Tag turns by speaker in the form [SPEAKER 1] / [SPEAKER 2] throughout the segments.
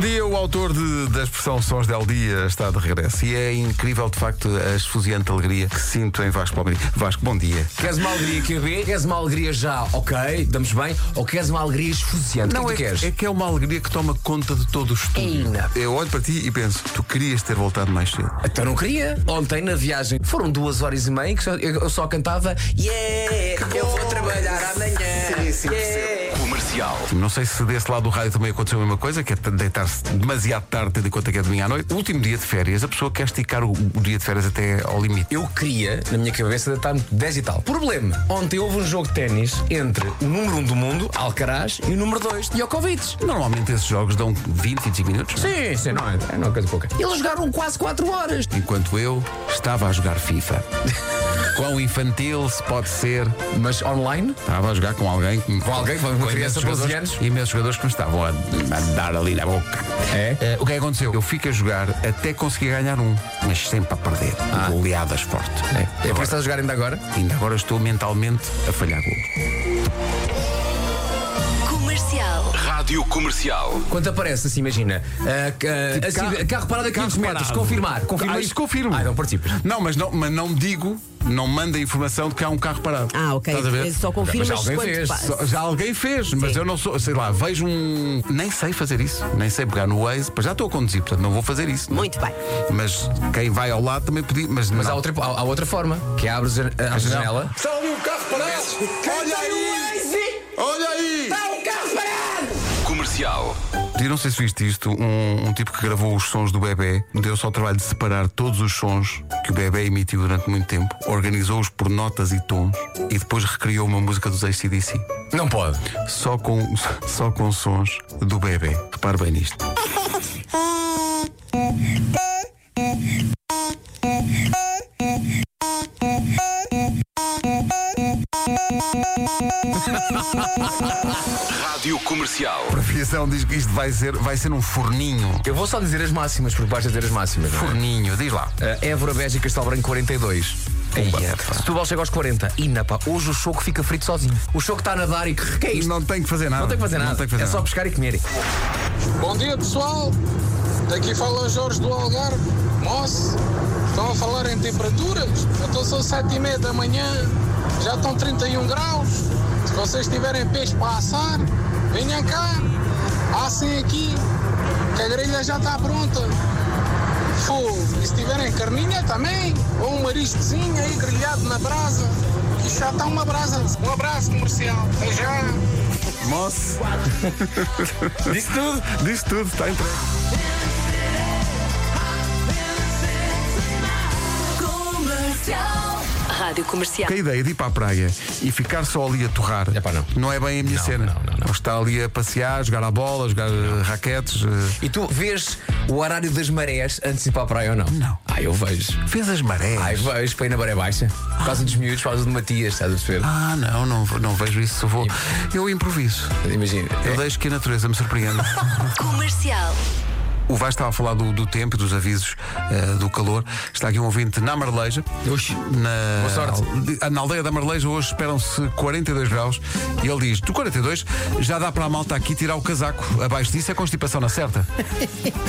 [SPEAKER 1] Dia, o autor de- da expressão Sons del Dia está de regresso e é incrível, de facto, a esfuziante alegria que sinto em Vasco Palmeiras. Vasco, bom dia.
[SPEAKER 2] Queres uma alegria QB? Queres uma alegria já? Ok, damos bem. Ou queres uma alegria esfuziante? o que é que tu queres?
[SPEAKER 1] é que é uma alegria que toma conta de todo o estúdio.
[SPEAKER 2] Ainda.
[SPEAKER 1] Eu olho para ti e penso, tu querias ter voltado mais cedo.
[SPEAKER 2] Então não queria. Ontem na viagem foram duas horas e meia que só- eu, eu só cantava Yeah, eu vou trabalhar amanhã. yeah."
[SPEAKER 1] Não sei se desse lado do rádio também aconteceu a mesma coisa, que é deitar-se demasiado tarde, tendo em conta que é domingo à noite. Último dia de férias, a pessoa quer esticar o, o dia de férias até ao limite.
[SPEAKER 2] Eu queria, na minha cabeça, deitar-me 10 e tal. Problema. Ontem houve um jogo de ténis entre o número 1 do mundo, Alcaraz, e o número 2, Djokovic.
[SPEAKER 1] Normalmente esses jogos dão 20, 25 minutos.
[SPEAKER 2] Sim, sim, não é, é uma coisa pouca. Eles jogaram quase 4 horas. Tipo,
[SPEAKER 1] Enquanto eu estava a jogar FIFA. Quão infantil se pode ser.
[SPEAKER 2] Mas online?
[SPEAKER 1] Estava a jogar com alguém que me-
[SPEAKER 2] Com alguém, com uma criança de 12
[SPEAKER 1] jogadores,
[SPEAKER 2] anos?
[SPEAKER 1] imensos jogadores que me estavam a, a dar ali na boca.
[SPEAKER 2] É?
[SPEAKER 1] Eh, o que é que aconteceu? Eu fico a jogar até conseguir ganhar um, mas sempre a perder. Goleadas forte.
[SPEAKER 2] É. Ah. É por isso que estás a jogar ainda agora?
[SPEAKER 1] Ainda agora estou mentalmente a falhar golos.
[SPEAKER 3] Comercial.
[SPEAKER 4] Rádio Comercial.
[SPEAKER 2] Quando aparece, assim, imagina. ah, ca-
[SPEAKER 1] Tipo,
[SPEAKER 2] acide-
[SPEAKER 1] carro-
[SPEAKER 2] carro parado a 500 metros,
[SPEAKER 1] parado.
[SPEAKER 2] confirmar. Confirma
[SPEAKER 1] Ah, isso confirmo.
[SPEAKER 2] Ah, não participas.
[SPEAKER 1] Não, mas não, mas não digo, não manda a informação de que há um carro parado.
[SPEAKER 5] Ah, ok.
[SPEAKER 1] Estás a ver?
[SPEAKER 5] Só
[SPEAKER 2] Mas
[SPEAKER 5] confirmas
[SPEAKER 2] alguém
[SPEAKER 5] quando
[SPEAKER 2] fez,
[SPEAKER 5] passa.
[SPEAKER 1] Só- já alguém fez, mas eu não sou, sei lá, vejo um. Nem sei fazer isso. Nem sei pegar no Waze, pois já estou a conduzir, portanto não vou fazer isso.
[SPEAKER 5] Muito bem.
[SPEAKER 1] Mas quem vai ao lado também podia. Mas,
[SPEAKER 2] Mas
[SPEAKER 1] não.
[SPEAKER 2] há outra, há, há outra forma, que é abres a, a janela.
[SPEAKER 1] Está ali um carro parado! Olha aí! Olha aí!
[SPEAKER 4] Comercial.
[SPEAKER 1] Eu não sei se viste isto, um, um tipo que gravou os sons do bebê, deu-se ao trabalho de separar todos os sons que o bebê emitiu durante muito tempo, organizou-os por notas e tons e depois recriou uma música dos ACDC.
[SPEAKER 2] Não pode.
[SPEAKER 1] Só com, só com sons do bebê. Repare bem nisto.
[SPEAKER 4] Rádio Comercial.
[SPEAKER 1] A aviação diz que isto vai ser, vai ser um forninho.
[SPEAKER 2] Eu vou só dizer as máximas, porque vais dizer as máximas. não é?
[SPEAKER 1] Forninho, diz lá.
[SPEAKER 2] Ah, Évora, Beja e Castelo Branco, 42.
[SPEAKER 1] Eia, pá.
[SPEAKER 2] Setúbal chega aos 40. E na pá, hoje o choco fica frito sozinho. O choco está a nadar e que que é isto?
[SPEAKER 1] Não tem que fazer nada.
[SPEAKER 2] Não tem que fazer nada.
[SPEAKER 1] Não tem que fazer
[SPEAKER 2] é só
[SPEAKER 1] nada.
[SPEAKER 2] pescar e comer.
[SPEAKER 6] Bom dia pessoal, aqui fala Jorge do Algarve. Moço, estão a falar em temperaturas? Então são 7 e meia da manhã, já estão 31 graus. Se vocês tiverem peixe para assar, venham cá, assem aqui, que a grelha já está pronta. Fogo, e se tiverem carninha também, ou um mariscozinho aí grelhado na brasa, que já está uma brasa. Um abraço comercial, até já.
[SPEAKER 1] Moço. Diz tudo. Diz tudo. Está entregue.
[SPEAKER 3] Rádio Comercial.
[SPEAKER 1] Que a ideia de ir para a praia e ficar só ali a torrar
[SPEAKER 2] Epá, não.
[SPEAKER 1] é bem a minha
[SPEAKER 2] Não,
[SPEAKER 1] cena.
[SPEAKER 2] não, não, não.
[SPEAKER 1] Porque Está ali a passear, jogar a bola, jogar eh, raquetes. eh.
[SPEAKER 2] E tu vês o horário das marés antes de ir para a praia ou não?
[SPEAKER 1] Não.
[SPEAKER 2] Ah, eu vejo.
[SPEAKER 1] Fez as marés.
[SPEAKER 2] Ai, vejo para ir na maré baixa. Por causa dos miúdos, por causa do Matias, estás a perceber?
[SPEAKER 1] Ah, não, não, não vejo isso. Eu Vou. Eu improviso.
[SPEAKER 2] Imagina.
[SPEAKER 1] Eu deixo que a natureza me surpreenda.
[SPEAKER 3] Comercial.
[SPEAKER 1] o Vasco estava a falar do, do tempo, e dos avisos eh, do calor. Está aqui um ouvinte na Marleja.
[SPEAKER 2] Oxi.
[SPEAKER 1] Na,
[SPEAKER 2] Boa sorte.
[SPEAKER 1] al- na aldeia da Marleja hoje esperam-se 42 graus. E ele diz: do 42 já dá para a malta aqui tirar o casaco. Abaixo disso é constipação na certa.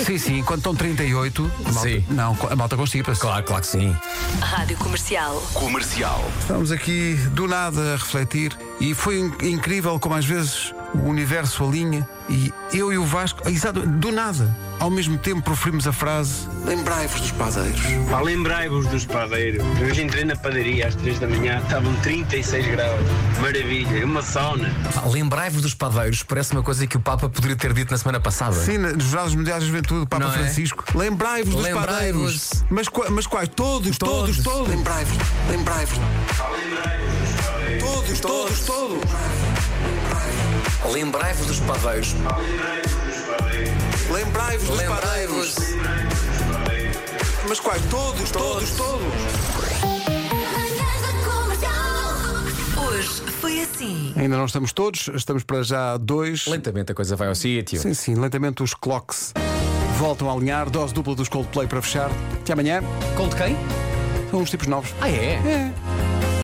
[SPEAKER 1] sim, sim, quando estão 38, a malta,
[SPEAKER 2] Sim.
[SPEAKER 1] não, a malta constipa-se.
[SPEAKER 2] Claro, claro que sim.
[SPEAKER 3] Rádio Comercial.
[SPEAKER 4] Comercial.
[SPEAKER 1] Estamos aqui do nada a refletir e foi in- incrível como às vezes o universo alinha e eu e o Vasco, exato, do nada, ao mesmo tempo proferimos a frase: Lembrai-vos dos padeiros.
[SPEAKER 7] Pá, lembrai-vos dos padeiros. Eu Hoje entrei na padaria às 3 da manhã, estavam 36 graus. Maravilha, é uma sauna.
[SPEAKER 2] Ah, Lembrai-vos dos padeiros, parece uma coisa que o Papa poderia ter dito na semana passada.
[SPEAKER 1] Sim, na- nos Jornados Mundiais da Juventude, Papa
[SPEAKER 2] Não é?
[SPEAKER 1] Francisco. Lembrai-vos dos
[SPEAKER 2] Lembrai-vos.
[SPEAKER 1] padeiros. Mas, qua- mas quais? Todos, todos,
[SPEAKER 2] Todos.
[SPEAKER 1] todos. Lembrai-vos, lembrai-vos. Todos, todos, todos.
[SPEAKER 2] Lembrai-vos dos padeiros.
[SPEAKER 1] Lembrai-vos dos
[SPEAKER 2] Lembrai-vos.
[SPEAKER 1] Mas quais? Todos, todos, todos.
[SPEAKER 3] Hoje foi assim.
[SPEAKER 1] Ainda não estamos todos, estamos para já dois.
[SPEAKER 2] Lentamente a coisa vai ao sítio.
[SPEAKER 1] Sim, sim, lentamente os clocks voltam a alinhar. Dose dupla dos Coldplay para fechar. Até amanhã.
[SPEAKER 2] Com de quem?
[SPEAKER 1] São uns tipos novos.
[SPEAKER 2] Ah, é?
[SPEAKER 1] É.